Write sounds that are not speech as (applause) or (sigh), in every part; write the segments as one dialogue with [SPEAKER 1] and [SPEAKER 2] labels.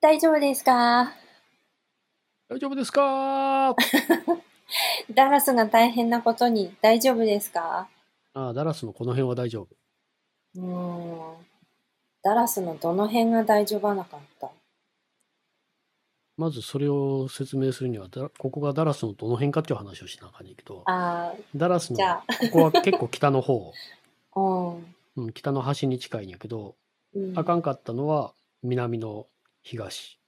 [SPEAKER 1] 大丈夫ですか
[SPEAKER 2] 大丈夫ですかあ
[SPEAKER 1] ダラスが大変なことに大丈夫ですか
[SPEAKER 2] あ、ダラスのこの辺は大丈夫。
[SPEAKER 1] うーん。ダラスのどの辺が大丈夫なかった
[SPEAKER 2] まずそれを説明するには、だここがダラスのどの辺かっていう話をしなあかんねんけど、
[SPEAKER 1] あ
[SPEAKER 2] ダラス
[SPEAKER 1] ー、
[SPEAKER 2] の
[SPEAKER 1] じゃ
[SPEAKER 2] ここは結構北
[SPEAKER 1] (laughs)
[SPEAKER 2] の方、
[SPEAKER 1] あ、うん。
[SPEAKER 2] うん、北の端に近いんやけど、
[SPEAKER 1] うん
[SPEAKER 2] あかんかったのは南の東。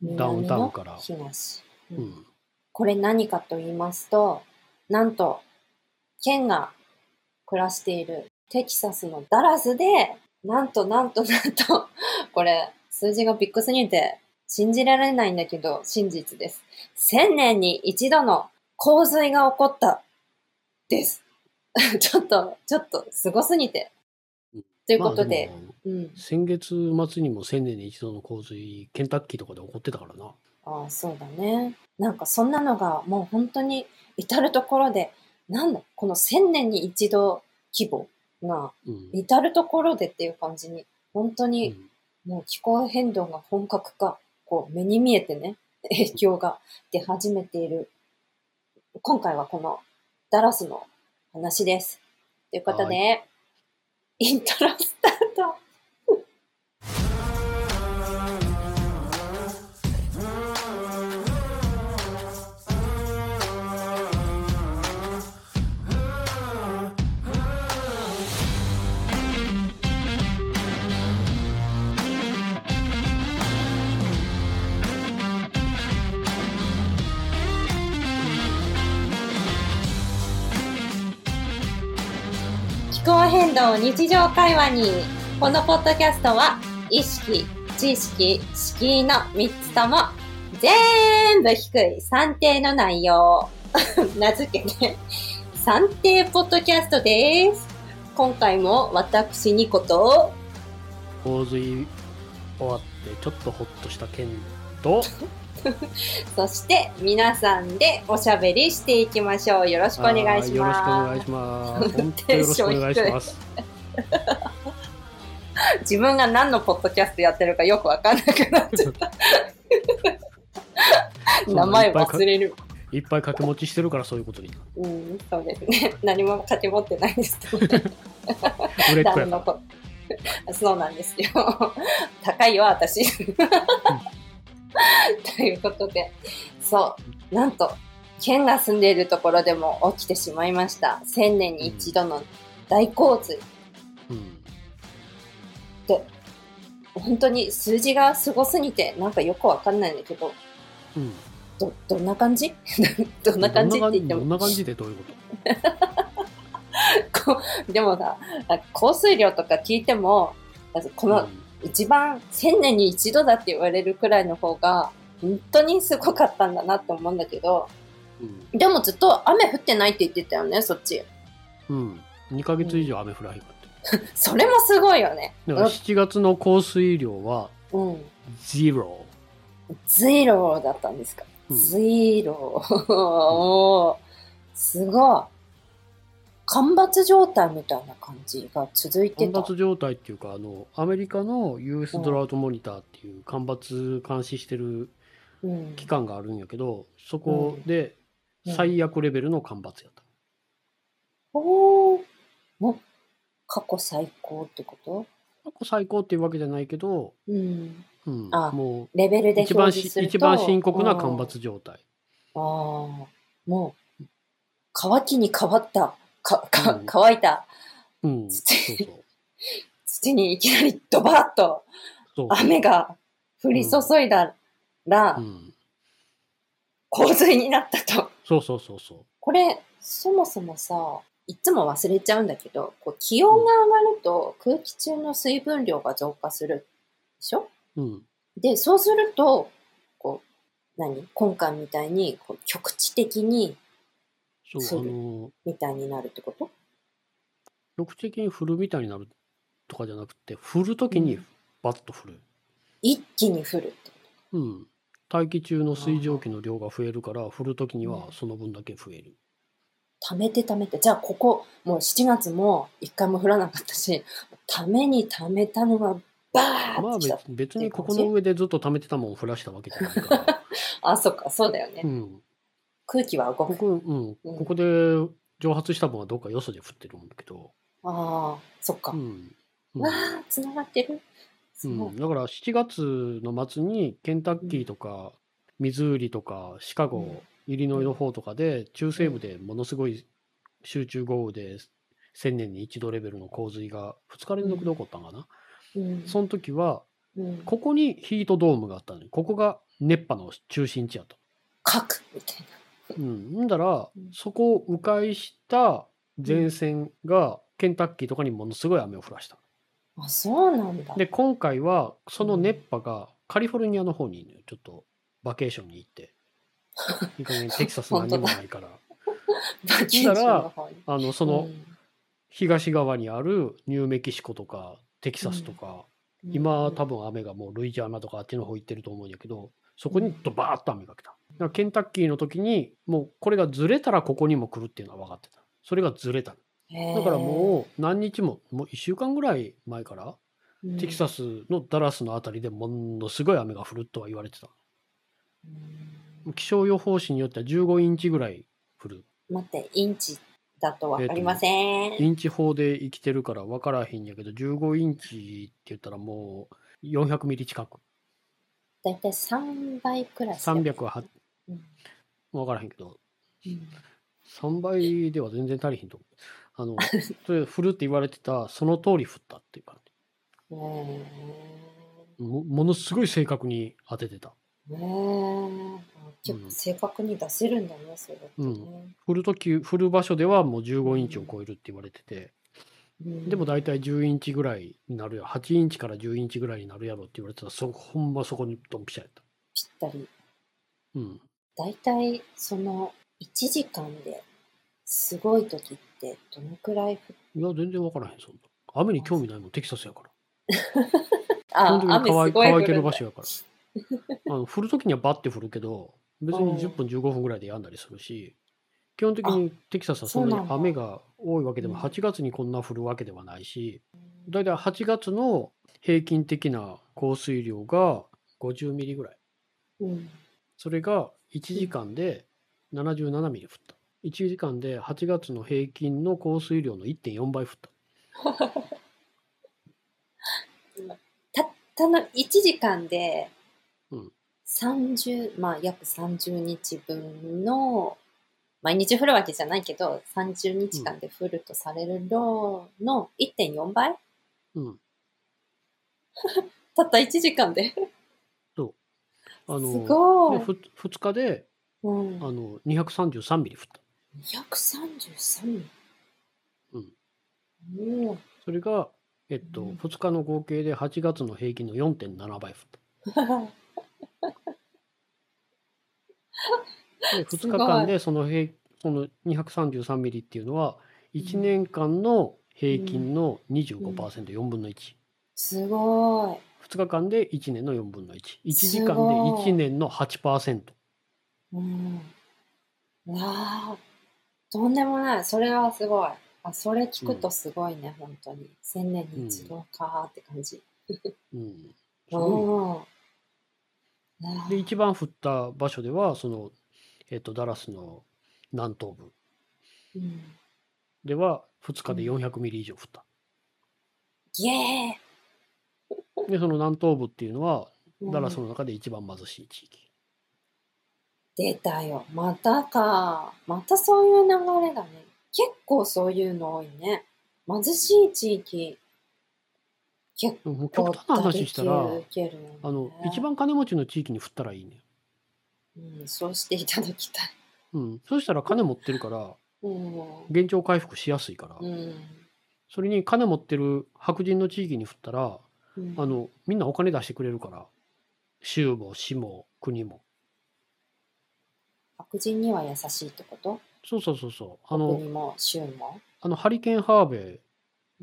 [SPEAKER 1] 南の
[SPEAKER 2] ダウンタウンから
[SPEAKER 1] 東。
[SPEAKER 2] う
[SPEAKER 1] うん
[SPEAKER 2] ん。
[SPEAKER 1] これ何かと言いますと、なんと、ケンが暮らしているテキサスのダラスで、なんとなんとなんと、 (laughs) これ、数字がビッグすぎて、信じられないんだけど、真実です。1000年に一度の洪水が起こった、です。 (laughs) ちょっと、ちょっと、すごすぎて
[SPEAKER 2] うん。
[SPEAKER 1] という
[SPEAKER 2] ま
[SPEAKER 1] こ
[SPEAKER 2] あ
[SPEAKER 1] とで、
[SPEAKER 2] も
[SPEAKER 1] うん。
[SPEAKER 2] 先月末にも1000年に一度の洪水、ケンタッキーとかで起こってたからな。
[SPEAKER 1] ああ、そうだね。なんかそんなのがもう本当に至るところで、なんだ、この千年に一度規模が
[SPEAKER 2] うん。
[SPEAKER 1] 至るところでっていう感じに、本当
[SPEAKER 2] う
[SPEAKER 1] に
[SPEAKER 2] ん
[SPEAKER 1] もう気候変動が本格化、こう目に見えてね、 (laughs) 影響が出始めている。今回はこのダラスの話です。ということ
[SPEAKER 2] は
[SPEAKER 1] で、イントロスタート。気候変動を日常会話にこのポッドキャストは意識知識敷居の3つとも全部低い算定の内容 (laughs) 名付けて算定ポッドキャストです今回も私ニコと
[SPEAKER 2] 洪水終わって、ちょっとほっとしたケンと、
[SPEAKER 1] そして皆さんでおしゃべりしていきましょうよろしくお願いし
[SPEAKER 2] あーよろ
[SPEAKER 1] ま
[SPEAKER 2] しくお願いします。本当
[SPEAKER 1] テ
[SPEAKER 2] よ
[SPEAKER 1] ン
[SPEAKER 2] ろ
[SPEAKER 1] シ
[SPEAKER 2] し
[SPEAKER 1] ョ
[SPEAKER 2] く
[SPEAKER 1] ン低い
[SPEAKER 2] お願いします。
[SPEAKER 1] す自分が何のポッドキャストやってるかよくわかんなくなっちゃった (laughs)
[SPEAKER 2] (laughs)
[SPEAKER 1] 名前忘れる
[SPEAKER 2] いっぱい掛け持ちしてるからそういうことに。
[SPEAKER 1] うん、そうですね。何も勝ち持ってないん
[SPEAKER 2] (laughs)
[SPEAKER 1] ですけど、
[SPEAKER 2] 売れっ子
[SPEAKER 1] 誰
[SPEAKER 2] やか
[SPEAKER 1] の
[SPEAKER 2] ら。
[SPEAKER 1] ことそうなんですよ。 (laughs) 高いよ、私。 (laughs) ということで、そう、なんと、県が住んでいるところでも起きてしまいました。千年に一度の大洪水。
[SPEAKER 2] うん。
[SPEAKER 1] 本当に数字がすごすぎて、なんかよくわかんないんだけど、
[SPEAKER 2] うん。
[SPEAKER 1] ど、どんな感じ (laughs) どんな感じって言って
[SPEAKER 2] どんな
[SPEAKER 1] も
[SPEAKER 2] 感じでどういうこ、
[SPEAKER 1] こうでもさ、降水量とか聞いても、まずことの
[SPEAKER 2] うん
[SPEAKER 1] 一番千年に一度だって言われるくらいの方が本当にすごかったんだなって思うんだけど
[SPEAKER 2] うん
[SPEAKER 1] でもずっと雨降ってないって言ってたよねそっち
[SPEAKER 2] うん。2ヶ月以上雨降らへんかった。
[SPEAKER 1] それもすごいよね
[SPEAKER 2] だから7月の降水量は
[SPEAKER 1] うん
[SPEAKER 2] ゼロ。
[SPEAKER 1] ゼロだったんですか、
[SPEAKER 2] うん
[SPEAKER 1] ゼロおーすごい干ばつ状態みたいな感じが続いて
[SPEAKER 2] 干
[SPEAKER 1] た
[SPEAKER 2] ばつ状態っていうか、あの、アメリカの US ドラウトモニターっていう干ばつ監視してる
[SPEAKER 1] うん
[SPEAKER 2] 機関があるんやけど、そこで最悪レベルの干ばつやった。
[SPEAKER 1] おおも過去最高ってこと
[SPEAKER 2] 過去最高っていうわけじゃないけど、
[SPEAKER 1] うん
[SPEAKER 2] うん、
[SPEAKER 1] あ
[SPEAKER 2] も
[SPEAKER 1] レベル
[SPEAKER 2] う
[SPEAKER 1] で
[SPEAKER 2] 一番
[SPEAKER 1] 表
[SPEAKER 2] し
[SPEAKER 1] 示すると
[SPEAKER 2] 一番深刻な干
[SPEAKER 1] うん
[SPEAKER 2] ばつ状態。
[SPEAKER 1] ああ、もう、乾きに変わった、か、
[SPEAKER 2] う
[SPEAKER 1] か
[SPEAKER 2] ん、
[SPEAKER 1] 乾いた
[SPEAKER 2] うん、
[SPEAKER 1] つ
[SPEAKER 2] そうそう。
[SPEAKER 1] 土にいきなりドバッと
[SPEAKER 2] そうそう
[SPEAKER 1] 雨が降り注いだら
[SPEAKER 2] う、ん、
[SPEAKER 1] 洪水になったと。
[SPEAKER 2] そうそうそうそう。
[SPEAKER 1] これ、そもそもさ、いつも忘れちゃうんだけど、こう気温が上がると空気中の水分量が増加するでしょ
[SPEAKER 2] うん、
[SPEAKER 1] で、そうすると、こう、何今回みたいに、こう局地的に、
[SPEAKER 2] そ、
[SPEAKER 1] そうう
[SPEAKER 2] あの、
[SPEAKER 1] みたいになるってこと
[SPEAKER 2] 局地的に振るみたいになるとかじゃなくて、振るときに
[SPEAKER 1] うん
[SPEAKER 2] バッと振る。
[SPEAKER 1] 一気に降るってこ
[SPEAKER 2] うん。大気中の水蒸気の量が増えるから、振るときにはその分だけ増える。
[SPEAKER 1] 貯めて貯めてじゃあここもう7月も1回も降らなかったし貯めに貯めたのがバー
[SPEAKER 2] まあ
[SPEAKER 1] ってき
[SPEAKER 2] 別
[SPEAKER 1] た。
[SPEAKER 2] 別にここの上でずっと溜めてたもんを降らしたわけじゃない
[SPEAKER 1] (laughs)
[SPEAKER 2] から、
[SPEAKER 1] あ、そっか、そうだよね。
[SPEAKER 2] うん、
[SPEAKER 1] 空気は動
[SPEAKER 2] こ
[SPEAKER 1] く。
[SPEAKER 2] こ、うん、
[SPEAKER 1] うん
[SPEAKER 2] ここで蒸発した分はどっかよそで降ってるんだけど、
[SPEAKER 1] ああ、そっか。
[SPEAKER 2] うんうん
[SPEAKER 1] わあ、つながってる。す
[SPEAKER 2] う
[SPEAKER 1] ごい。
[SPEAKER 2] ん、だから7月の末にケンタッキーとかミズーリとかシカゴ、
[SPEAKER 1] うん
[SPEAKER 2] イリノイの方とかで中西部でものすごい集中豪雨で1000年に一度レベルの洪水が2日連続で起こったんかな、
[SPEAKER 1] うん
[SPEAKER 2] その時は
[SPEAKER 1] うん、
[SPEAKER 2] ここにヒートドームがあったのにここが熱波の中心地やと。
[SPEAKER 1] 書くみたいな。
[SPEAKER 2] うん、んだら
[SPEAKER 1] うん
[SPEAKER 2] そこを迂回した前線がケンタッキーとかにものすごい雨を降らした。
[SPEAKER 1] あ、そうなんだ。
[SPEAKER 2] で今回はその熱波がカリフォルニアの方にいるのよちょっとバケーションに
[SPEAKER 1] (laughs)
[SPEAKER 2] 行って。いい加減テキサス何にもないから
[SPEAKER 1] バケーションの方に。
[SPEAKER 2] あのそ
[SPEAKER 1] うん
[SPEAKER 2] の、東側にあるニューメキシコとかテキサスとか、今多
[SPEAKER 1] 分。
[SPEAKER 2] 分雨がもうルイジアナとかあっちの方行ってると思うんやけどそこにドバーッと雨が来ただからケンタッキーの時にもうこれがずれたらここにも来るっていうのは分かってたそれがずれた
[SPEAKER 1] へー
[SPEAKER 2] だからもう何日ももう1週間ぐらい前から
[SPEAKER 1] うん、
[SPEAKER 2] テキサスのダラスのあたりでものすごい雨が降るとは言われてた。
[SPEAKER 1] うん
[SPEAKER 2] 気象予報士によっては15インチぐらい降る。
[SPEAKER 1] 待って、インチだとわかりません。
[SPEAKER 2] インチ法で生きてるから分からへんやけど、15インチって言ったらもう400ミリ近く。
[SPEAKER 1] だいたい3倍くらいする。
[SPEAKER 2] 300は
[SPEAKER 1] うん
[SPEAKER 2] 分からへんけど、
[SPEAKER 1] うん
[SPEAKER 2] 3倍では全然足りへんと思う。
[SPEAKER 1] (laughs)
[SPEAKER 2] あの、それ降るって言われてた、その通り降ったっていう感
[SPEAKER 1] へ
[SPEAKER 2] じ。もものすごい正確に当ててた。
[SPEAKER 1] ーへーあ結構正確に出せるんだね、それってね。
[SPEAKER 2] 降るとき、降る場所ではもう15インチを超えるって言われてて。
[SPEAKER 1] うん
[SPEAKER 2] でも大体10インチぐらいになるやろ8インチから10インチぐらいになるやろって言われてたらそほんまそこにドンピシャやった。
[SPEAKER 1] ぴったり。
[SPEAKER 2] うん。
[SPEAKER 1] 大体その1時間ですごい時ってどのくらい降っ
[SPEAKER 2] いや、全然わからへん、そんな。雨に興味ないもん、テキサスやから。基
[SPEAKER 1] あ
[SPEAKER 2] 本的に乾い乾いてる場
[SPEAKER 1] 所。
[SPEAKER 2] 所
[SPEAKER 1] (laughs)
[SPEAKER 2] やから。あの降るときにはバッて降るけど、別に10分、15分ぐらいでやんだりするし、基本的にテキサスはそんな
[SPEAKER 1] そうな
[SPEAKER 2] に
[SPEAKER 1] んだ
[SPEAKER 2] 雨が多いわけでも、
[SPEAKER 1] うん
[SPEAKER 2] 8月にこんな降るわけではないし、大体8月の平均的な降水量が50ミリぐらい。
[SPEAKER 1] うん、
[SPEAKER 2] それが1時間で77ミリ降った。1時間で8月の平均の降水量の1.4倍降った。
[SPEAKER 1] たったの1時間で
[SPEAKER 2] うん
[SPEAKER 1] 30、まあ約30日分の毎日降るわけじゃないけど30日間で降るとされる量の1.4倍
[SPEAKER 2] うん。
[SPEAKER 1] (laughs) たった1時間で
[SPEAKER 2] あ
[SPEAKER 1] す
[SPEAKER 2] の、
[SPEAKER 1] ごい
[SPEAKER 2] で、ふ2日で
[SPEAKER 1] うん
[SPEAKER 2] あ、の233ミリ降った。
[SPEAKER 1] 233
[SPEAKER 2] うん
[SPEAKER 1] うん
[SPEAKER 2] それが、えっと、
[SPEAKER 1] うん
[SPEAKER 2] 2日の合計で8月の平均の4.7倍降
[SPEAKER 1] (laughs)
[SPEAKER 2] った。で、
[SPEAKER 1] す
[SPEAKER 2] 2
[SPEAKER 1] ごい
[SPEAKER 2] 日間でその平この233ミリっていうのは、1年間の平均の25%、4分の1。
[SPEAKER 1] すごい
[SPEAKER 2] 2日間で1年の4分の1。1時
[SPEAKER 1] すごい
[SPEAKER 2] 間で1年の8%。
[SPEAKER 1] うん。わあ、とんでもない。それはすごい。あ、それ聞くとすごいね、本当に。千年に一度かーって感じ。う
[SPEAKER 2] うん。す
[SPEAKER 1] ん。
[SPEAKER 2] ごいよ
[SPEAKER 1] ねえ
[SPEAKER 2] で、一番降った場所では、その、えっと、ダラスの南東部
[SPEAKER 1] うん、
[SPEAKER 2] では、2日で400ミリ以上降った。
[SPEAKER 1] イエーイ
[SPEAKER 2] で、その南東部っていうのは、
[SPEAKER 1] うん
[SPEAKER 2] ダラスの中で一番貧しい地域。
[SPEAKER 1] 出たよ。またか。またそういう流れだね。結構そういうの多いね。貧しい地域。結
[SPEAKER 2] でももう
[SPEAKER 1] 構
[SPEAKER 2] 極端な話したら、
[SPEAKER 1] 受けるよね
[SPEAKER 2] あの、一、番金持ちの地域に降ったらいいね。
[SPEAKER 1] うん。そうしていただきたい。
[SPEAKER 2] うん。そうしたら金持ってるから、
[SPEAKER 1] うん。
[SPEAKER 2] 現状回復しやすいから
[SPEAKER 1] う、ん。
[SPEAKER 2] それに金持ってる白人の地域に降ったら、あの、みんなお金出してくれるから、州も市も国も。
[SPEAKER 1] 白人には優しいってこと
[SPEAKER 2] そうそうそうそう。あの
[SPEAKER 1] 国、も州も、
[SPEAKER 2] あのハリケーン・ハーベイ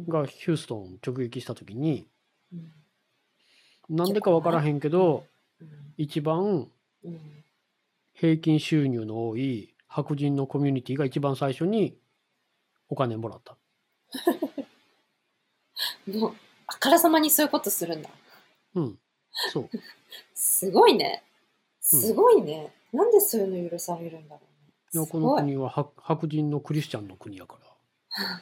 [SPEAKER 1] う
[SPEAKER 2] がヒューストン直撃した時に、
[SPEAKER 1] ん
[SPEAKER 2] なんでかわからへんけど、一番
[SPEAKER 1] うん
[SPEAKER 2] 平均収入の多い白人のコミュニティが一番最初にお金もらった。
[SPEAKER 1] うん、もうあからさまにそういうことするんだ
[SPEAKER 2] うん。そう。
[SPEAKER 1] すごいね。すごいね。なんでそういうの許されるんだろう
[SPEAKER 2] いや
[SPEAKER 1] ね。す
[SPEAKER 2] この
[SPEAKER 1] ごい。へ
[SPEAKER 2] 国は白白人のクリスチャンの国やから。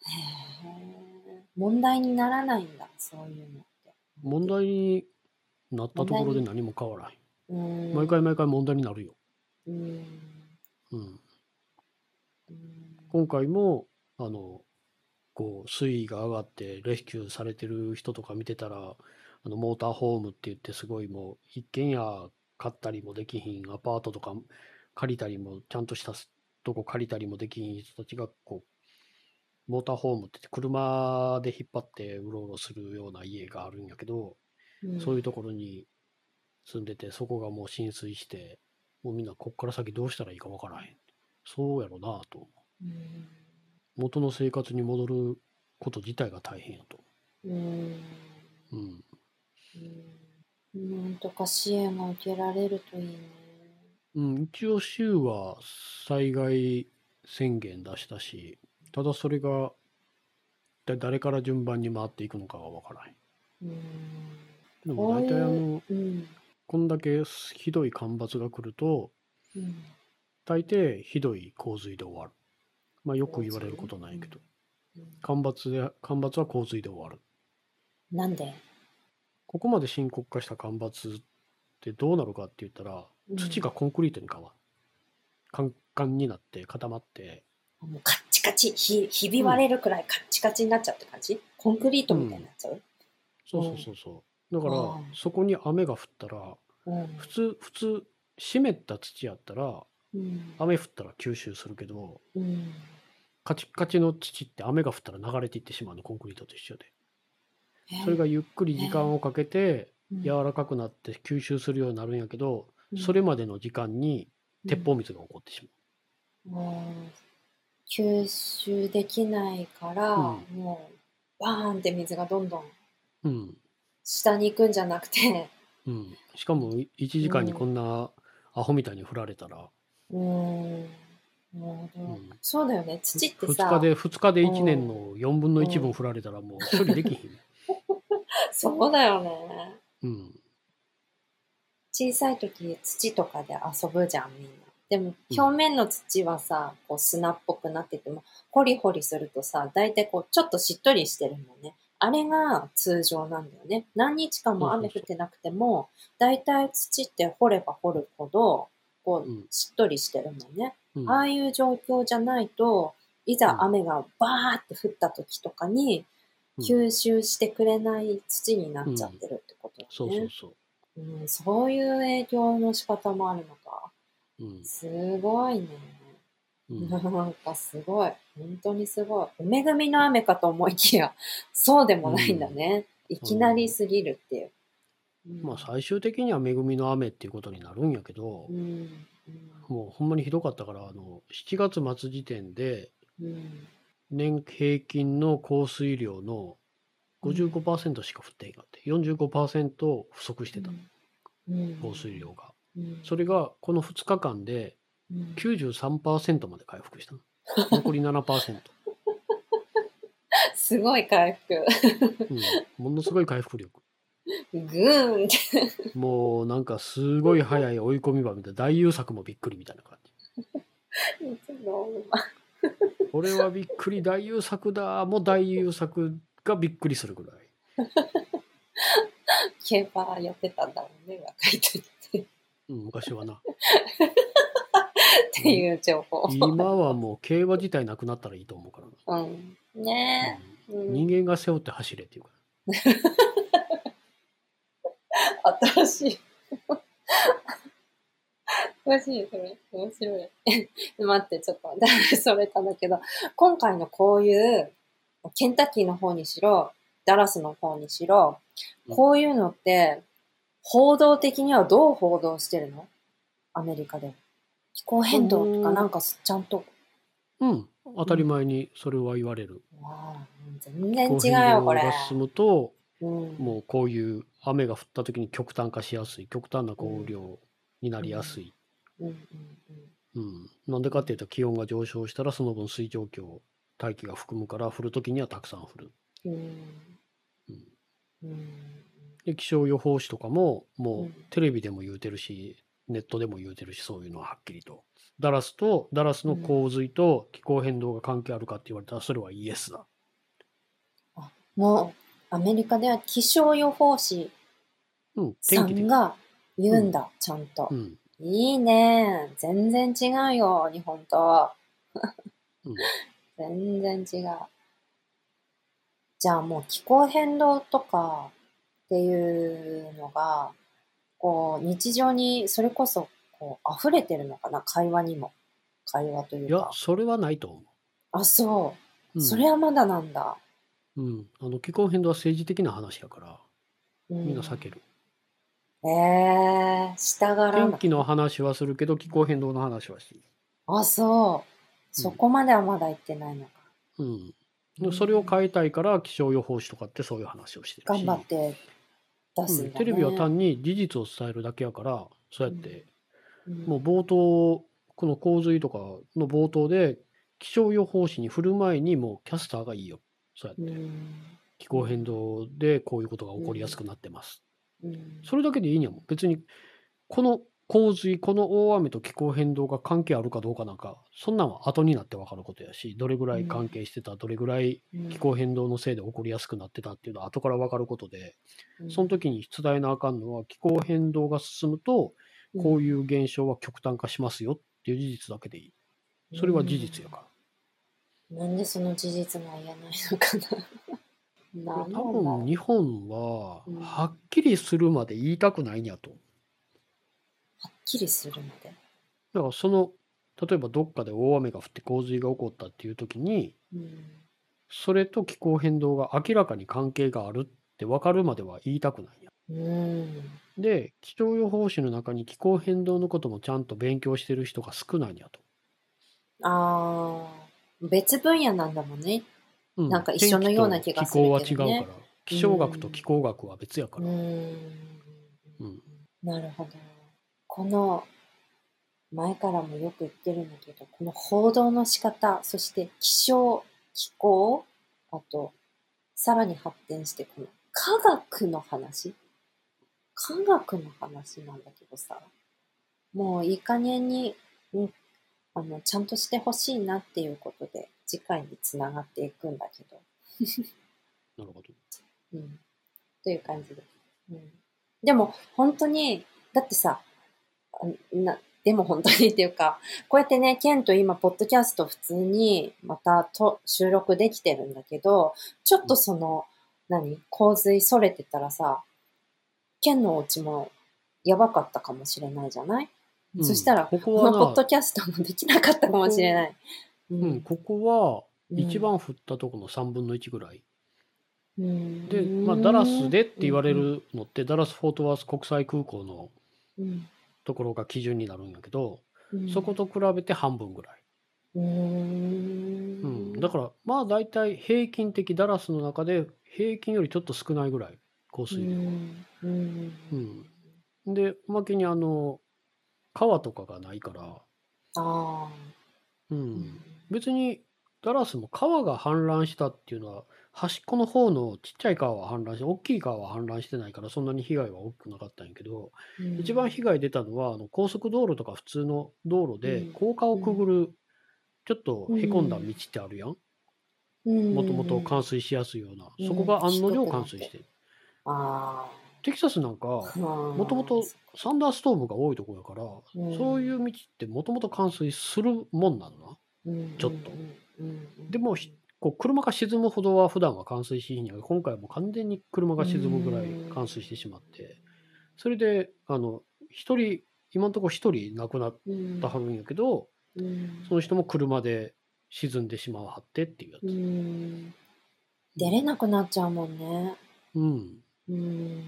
[SPEAKER 1] え問題にならないんだ、そういうのって。
[SPEAKER 2] 問題になったところで何も変わらへ
[SPEAKER 1] うーん。
[SPEAKER 2] ん。毎回毎回問題になるよ。
[SPEAKER 1] うーん。
[SPEAKER 2] うん。
[SPEAKER 1] うーん
[SPEAKER 2] 今回も、あの、こう、水位が上がってレスキューされてる人とか見てたら、あの、モーターホームって言ってすごいもう、一軒家買ったりもできひん、アパートとか借りたりも、ちゃんとしたとこ借りたりもできひん人たちが、こう、モーターホームって言って車で引っ張ってうろうろするような家があるんやけど、
[SPEAKER 1] うん
[SPEAKER 2] そういうところに住んでて、そこがもう浸水して、もうみんなこっから先どうしたらいいかわからへん。そうやろなぁと思う。
[SPEAKER 1] うーん
[SPEAKER 2] 元の生活に戻ること自体が大変やと。
[SPEAKER 1] うーん
[SPEAKER 2] うん。
[SPEAKER 1] うーんなんとか支援が受けられるといいね。
[SPEAKER 2] うん、一応州は災害宣言出したし、ただそれがだ誰から順番に回っていくのかがわからへん。
[SPEAKER 1] うーん
[SPEAKER 2] でも
[SPEAKER 1] こうい
[SPEAKER 2] 大
[SPEAKER 1] う
[SPEAKER 2] 体あの、
[SPEAKER 1] うん
[SPEAKER 2] こんだけひどい干ばつが来ると、
[SPEAKER 1] うん
[SPEAKER 2] 大抵ひどい洪水で終わる。まあよく言われることないけど。
[SPEAKER 1] うん
[SPEAKER 2] 干ばつで、干ばつは洪水で終わる。
[SPEAKER 1] なんで
[SPEAKER 2] ここまで深刻化した干ばつってどうなるかって言ったら、
[SPEAKER 1] うん
[SPEAKER 2] 土がコンクリートに変わる。カンカンになって固まって、
[SPEAKER 1] もうカッチカチひひび割れるくらいカッチカチになっちゃうって感じコンクリートみたいになっちゃう、
[SPEAKER 2] そうそうそうそう。だから
[SPEAKER 1] ああ、
[SPEAKER 2] そこに雨が降ったら、
[SPEAKER 1] うん
[SPEAKER 2] 普通、普通、湿った土やったら、
[SPEAKER 1] うん
[SPEAKER 2] 雨降ったら吸収するけど、
[SPEAKER 1] うん
[SPEAKER 2] カチッカチの土って雨が降ったら流れていってしまうの、コンクリートと一緒で。それがゆっくり時間をかけて、柔らかくなって吸収するようになるんやけど、それまでの時間に鉄砲水が起こってしまう。
[SPEAKER 1] もう吸収できないから、
[SPEAKER 2] うん
[SPEAKER 1] もうバーンって水がどんどん
[SPEAKER 2] うん。
[SPEAKER 1] 下に行くんじゃなくて、 (laughs)
[SPEAKER 2] うん、しかもい1時間にこんなアホみたいに振られたら、
[SPEAKER 1] うんなるほど
[SPEAKER 2] うん
[SPEAKER 1] そうだよね土って
[SPEAKER 2] 2
[SPEAKER 1] さ
[SPEAKER 2] 日で2日で1年の4分の1分振られたらもう処理できひん。
[SPEAKER 1] そうだよね
[SPEAKER 2] うん、
[SPEAKER 1] 小さい時土とかで遊ぶじゃんみんなでも表面の土はさこう砂っぽくなっててもホリホリするとさ大体こうちょっとしっとりしてるもんねあれが通常なんだよね何日間も雨降ってなくても大体土って掘れば掘るほどこ
[SPEAKER 2] うん
[SPEAKER 1] うしっとりしてるもんね、
[SPEAKER 2] うん、
[SPEAKER 1] ああいう状況じゃないといざ雨がバーって降った時とかに
[SPEAKER 2] うん
[SPEAKER 1] 吸収してくれない土になっちゃってるってことだね、
[SPEAKER 2] そうそうそ
[SPEAKER 1] うん、そういう影響の仕方もあるのか。
[SPEAKER 2] う。うん
[SPEAKER 1] すごいね。
[SPEAKER 2] うん
[SPEAKER 1] なんかすごい。本当にすごい。お恵みの雨かと思いきや、そうでもないんだね。いきなりすぎるっていう。うん
[SPEAKER 2] まあ最終的には恵みの雨っていうことになるんやけど、
[SPEAKER 1] うん。
[SPEAKER 2] もうほんまにひどかったからあの7月末時点で
[SPEAKER 1] うん。うん
[SPEAKER 2] 年平均の降水量の55%しか降っていなくて45%不足してた
[SPEAKER 1] うん。
[SPEAKER 2] 降水量が。
[SPEAKER 1] うん。
[SPEAKER 2] それがこの2日間で
[SPEAKER 1] うん、
[SPEAKER 2] 93%まで回復したの。残り7%。
[SPEAKER 1] すごい回復。
[SPEAKER 2] うん、ものすごい回復力。
[SPEAKER 1] ぐーんって。
[SPEAKER 2] もうなんかすごい速い追い込み場みたいな大優作もびっくりみたいな感じ。これはびっくり大優作だもう大優作がびっくりするぐらい。
[SPEAKER 1] 競馬やってたんだろうね、若い時って。っ
[SPEAKER 2] うん、昔はな。
[SPEAKER 1] ていう情報。
[SPEAKER 2] 今はもう競馬自体なくなったらいいと思うからな。
[SPEAKER 1] うん。ねえ。う
[SPEAKER 2] うんん、人間が背負って走れっていうか。
[SPEAKER 1] 新しい。詳しい、それ。面白い。 (laughs) 待って、ち (laughs) ょっと、だいぶそれたんだけど、今回のこういう、ケンタッキーの方にしろ、ダラスの方にしろ、こういうのって、報道的にはどう報道してるのアメリカで。気候変動とかなんかちゃんと、
[SPEAKER 2] うん、当たり前にそれは言われる。
[SPEAKER 1] わあ全然違うよ、これ
[SPEAKER 2] 気候変動。が進むと、
[SPEAKER 1] うん。
[SPEAKER 2] もうこういう雨が降った時に極端化しやすい極端な降雨量になりやすい、
[SPEAKER 1] うんうんうん
[SPEAKER 2] うん、なんでかっていうと気温が上昇したらその分水蒸気を大気が含むから降る時にはたくさん降る、
[SPEAKER 1] うん
[SPEAKER 2] うん
[SPEAKER 1] ううん
[SPEAKER 2] で気象予報士とかも
[SPEAKER 1] う
[SPEAKER 2] も
[SPEAKER 1] ん
[SPEAKER 2] うテレビでも言うてるしネットでも言うてるしそういうのははっきりとダラスとダラスの洪水と気候変動が関係あるかって言われたらそれはイエスだ
[SPEAKER 1] もうアメリカでは気象予報士
[SPEAKER 2] うん
[SPEAKER 1] さ
[SPEAKER 2] 天気で
[SPEAKER 1] んが言うんだ、ちゃんと
[SPEAKER 2] う、ん
[SPEAKER 1] いいね全然違うよ日本と
[SPEAKER 2] うん
[SPEAKER 1] (laughs) 全然違うじゃあもう気候変動とかっていうのがこう日常にそれこそこう溢れてるのかな会話にも会話とい
[SPEAKER 2] いうや
[SPEAKER 1] か
[SPEAKER 2] それはないと思う、
[SPEAKER 1] あそうう、
[SPEAKER 2] ん
[SPEAKER 1] それはまだなんだ、
[SPEAKER 2] うん、あの気候変動は政治的な話やから
[SPEAKER 1] うん、
[SPEAKER 2] みんな避ける、
[SPEAKER 1] ええー、従らな
[SPEAKER 2] 天気の話はするけど気候変動の話はし
[SPEAKER 1] あそうそこまではまだ行ってないのか、
[SPEAKER 2] ない、うん、それを変えたいから気象予報士とかってそういう話をしてるし
[SPEAKER 1] 頑張って出すんだ、ね
[SPEAKER 2] うんテレビは単に事実を伝えるだけやからそうやって、
[SPEAKER 1] うん
[SPEAKER 2] もう冒頭、この洪水とかの冒頭で、気象予報士に振る前にもうキャスターがいいよ。そうや
[SPEAKER 1] う
[SPEAKER 2] って、
[SPEAKER 1] ん
[SPEAKER 2] 気候変動でこういうことが起こりやすくなってます。
[SPEAKER 1] うん
[SPEAKER 2] それだけでいいにゃもん。別に、この洪水、この大雨と気候変動が関係あるかどうかなんか、そんなんは後になって分かることやし、どれぐらい関係してた、どれぐらい気候変動のせいで起こりやすくなってたっていうのは後から分かることで、
[SPEAKER 1] うん
[SPEAKER 2] その時に出題なあかんのは、気候変動が進むと、こういう現象は極端化しますよっていう事実だけでいい。それは事実やから。
[SPEAKER 1] なんでその事実が言えないのか
[SPEAKER 2] (laughs)
[SPEAKER 1] な。なんだ
[SPEAKER 2] 多分
[SPEAKER 1] ろ
[SPEAKER 2] 日本は
[SPEAKER 1] うん
[SPEAKER 2] はっきりするまで言いたくないんやと。
[SPEAKER 1] うはっきりするまで。
[SPEAKER 2] だからその例えばどっかで大雨が降って洪水が起こったっていう時に
[SPEAKER 1] うん
[SPEAKER 2] それと気候変動が明らかに関係があるって分かるまでは言いたくないんや。
[SPEAKER 1] うん。
[SPEAKER 2] で気象予報士の中に気候変動のこともちゃんと勉強してる人が少ないんやと。
[SPEAKER 1] ああ、別分野なんだもんね。
[SPEAKER 2] う
[SPEAKER 1] なんか一緒のような気がするけどね
[SPEAKER 2] 天気と気候は違うから気象学と気候学は別やか
[SPEAKER 1] う
[SPEAKER 2] ら。
[SPEAKER 1] ん。
[SPEAKER 2] うん
[SPEAKER 1] なるほど。この前からもよく言ってるんだけど、この報道の仕方、そして気象、気候、あとさらに発展してこの科学の話科学の話なんだけどさもういい加減に、うん、あのちゃんとしてほしいなっていうことで次回につながっていくんだけど、
[SPEAKER 2] なるほど。
[SPEAKER 1] うん、という感じです、うん、でも本当にだってさあなでも本当にっていうかこうやってねケンと今ポッドキャスト普通にまたと収録できてるんだけどちょっとその、何洪水それてたらさケンのお家もやばかったかもしれないじゃない、
[SPEAKER 2] うん
[SPEAKER 1] そしたら
[SPEAKER 2] ここ
[SPEAKER 1] この
[SPEAKER 2] は
[SPEAKER 1] ポッ
[SPEAKER 2] な
[SPEAKER 1] ドキャストもできなかったかもしれない、う
[SPEAKER 2] うん、ここ
[SPEAKER 1] う
[SPEAKER 2] は
[SPEAKER 1] ん
[SPEAKER 2] 一番降ったとこの3分の1ぐらい、
[SPEAKER 1] うん
[SPEAKER 2] で、まあ、ダラスでって言われ
[SPEAKER 1] うん
[SPEAKER 2] るのって、ダラス・フォートワース国際空港の
[SPEAKER 1] うん
[SPEAKER 2] ところが基準になるんやけど、
[SPEAKER 1] うん
[SPEAKER 2] そこと比べて半分ぐらい、
[SPEAKER 1] うー
[SPEAKER 2] うんん、だからまあ大体平均的ダラスの中で平均よりちょっと少ないぐらい降水
[SPEAKER 1] う
[SPEAKER 2] 量、
[SPEAKER 1] んうん
[SPEAKER 2] うんでおまけにあの川とかがないから、
[SPEAKER 1] ああ、
[SPEAKER 2] う、
[SPEAKER 1] うん
[SPEAKER 2] 別にダラスも川が氾濫したっていうのは端っこの方のちっちゃい川は氾濫して大きい川は氾濫してないからそんなに被害は大きくなかったんやけど
[SPEAKER 1] ん
[SPEAKER 2] 一番被害出たのはあの高速道路とか普通の道路
[SPEAKER 1] う
[SPEAKER 2] で
[SPEAKER 1] ん
[SPEAKER 2] 高架をくぐるちょっとへこんだ道ってあるやんもともと
[SPEAKER 1] か
[SPEAKER 2] 冠水しやすいような
[SPEAKER 1] うん
[SPEAKER 2] そこが案の定冠水してる
[SPEAKER 1] あ
[SPEAKER 2] テキサスなんか
[SPEAKER 1] あ、も
[SPEAKER 2] もともとサンダーストームが多いところやか
[SPEAKER 1] うん
[SPEAKER 2] らそういう道ってもともと冠水するもんなのな。ちょっとでもひこう車が沈むほどは普段は冠水しひんやけど今回はもう完全に車が沈むぐらい冠水してしまってそれであの一人今のところ一人亡くなっ
[SPEAKER 1] うん
[SPEAKER 2] たはるんやけど
[SPEAKER 1] うん
[SPEAKER 2] その人も車で沈んでしまわはってっていうや
[SPEAKER 1] う
[SPEAKER 2] つ、
[SPEAKER 1] ん出れなくなっちゃうもんね
[SPEAKER 2] うん
[SPEAKER 1] うん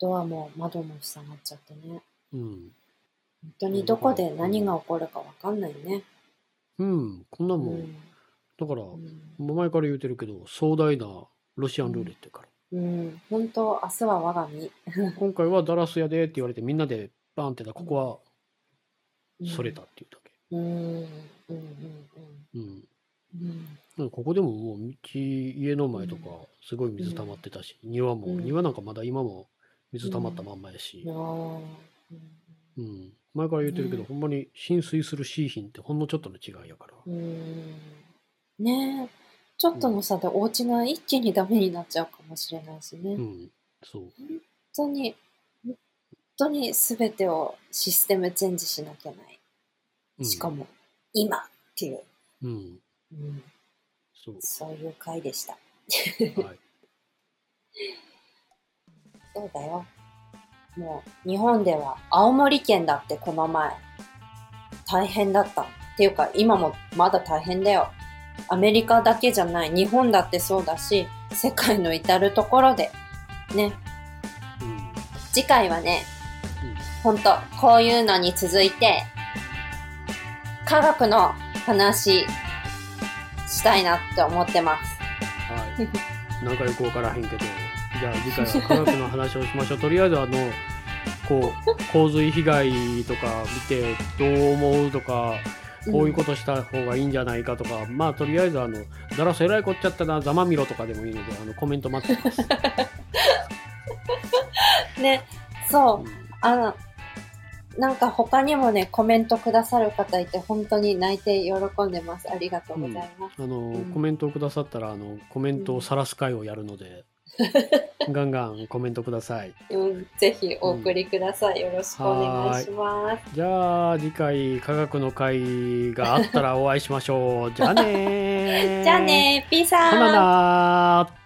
[SPEAKER 1] ドアも窓も塞がっちゃってね
[SPEAKER 2] うん
[SPEAKER 1] 本当にどこで何が起こるかわかんないね
[SPEAKER 2] うん、こんな
[SPEAKER 1] う
[SPEAKER 2] もん、
[SPEAKER 1] ん
[SPEAKER 2] だから
[SPEAKER 1] うん
[SPEAKER 2] もう前から言うてるけど壮大なロシアンルーレットやから、
[SPEAKER 1] うん本当明日は我が身
[SPEAKER 2] 今回はダラスやでって言われてみんなでバーンってなここはそれたっていうだけ、
[SPEAKER 1] うんうんうんうん
[SPEAKER 2] うん、
[SPEAKER 1] うん
[SPEAKER 2] うんここでももう道、家の前とかすごい水溜まってたし、庭も、
[SPEAKER 1] うん
[SPEAKER 2] 庭なんかまだ今も水溜まったまんまやし、
[SPEAKER 1] あー
[SPEAKER 2] うん。前から言ってるけど、
[SPEAKER 1] ね
[SPEAKER 2] ほんまに浸水するシーヒンってほんのちょっとの違いやから。
[SPEAKER 1] うんうんねえちょっとの差でお家が一気にダメになっちゃうかもしれないしね、
[SPEAKER 2] う
[SPEAKER 1] 本
[SPEAKER 2] ん。そう。
[SPEAKER 1] 当に本当に全てをシステムチェンジしなきゃない、
[SPEAKER 2] うん
[SPEAKER 1] しか。も今っていう、
[SPEAKER 2] うん。
[SPEAKER 1] うん、
[SPEAKER 2] そう。
[SPEAKER 1] (laughs) そういう回でした
[SPEAKER 2] はい。
[SPEAKER 1] そうだよ。もう、日本では青森県だってこの前、大変だった。っていうか、今もまだ大変だよ。アメリカだけじゃない、日本だってそうだし、世界の至るところで。ね、
[SPEAKER 2] うん。うん。
[SPEAKER 1] 次回はね、ほんと、こういうのに続いて、科学の話、したいなって思ってます。
[SPEAKER 2] はい。なんかよくわからへんけど、じゃあ次回は科学の話をしましょう。とりあえずあの、こう、洪水被害とか見てどう思うとか、こういうことした方がいいんじゃないかとか、まあとりあえずあの、だらせらいこっちゃったな、ざまみろとかでもいいので、あのコメント待ってます。
[SPEAKER 1] と。ね、そう。
[SPEAKER 2] うん
[SPEAKER 1] あの、なんか他にもね、コメントくださる方いて、本当に泣いて喜んでます。ありがとうございます。
[SPEAKER 2] あの、
[SPEAKER 1] うん
[SPEAKER 2] コメントをくださったらあのコメントを晒す会をやるので、ガンガンコメントください
[SPEAKER 1] うんぜひお送りください。よろしくお願いします。
[SPEAKER 2] じゃあ次回科学の会があったらお会いしましょう (laughs) じゃあねー
[SPEAKER 1] じゃあねー、ピーさん。
[SPEAKER 2] ほななー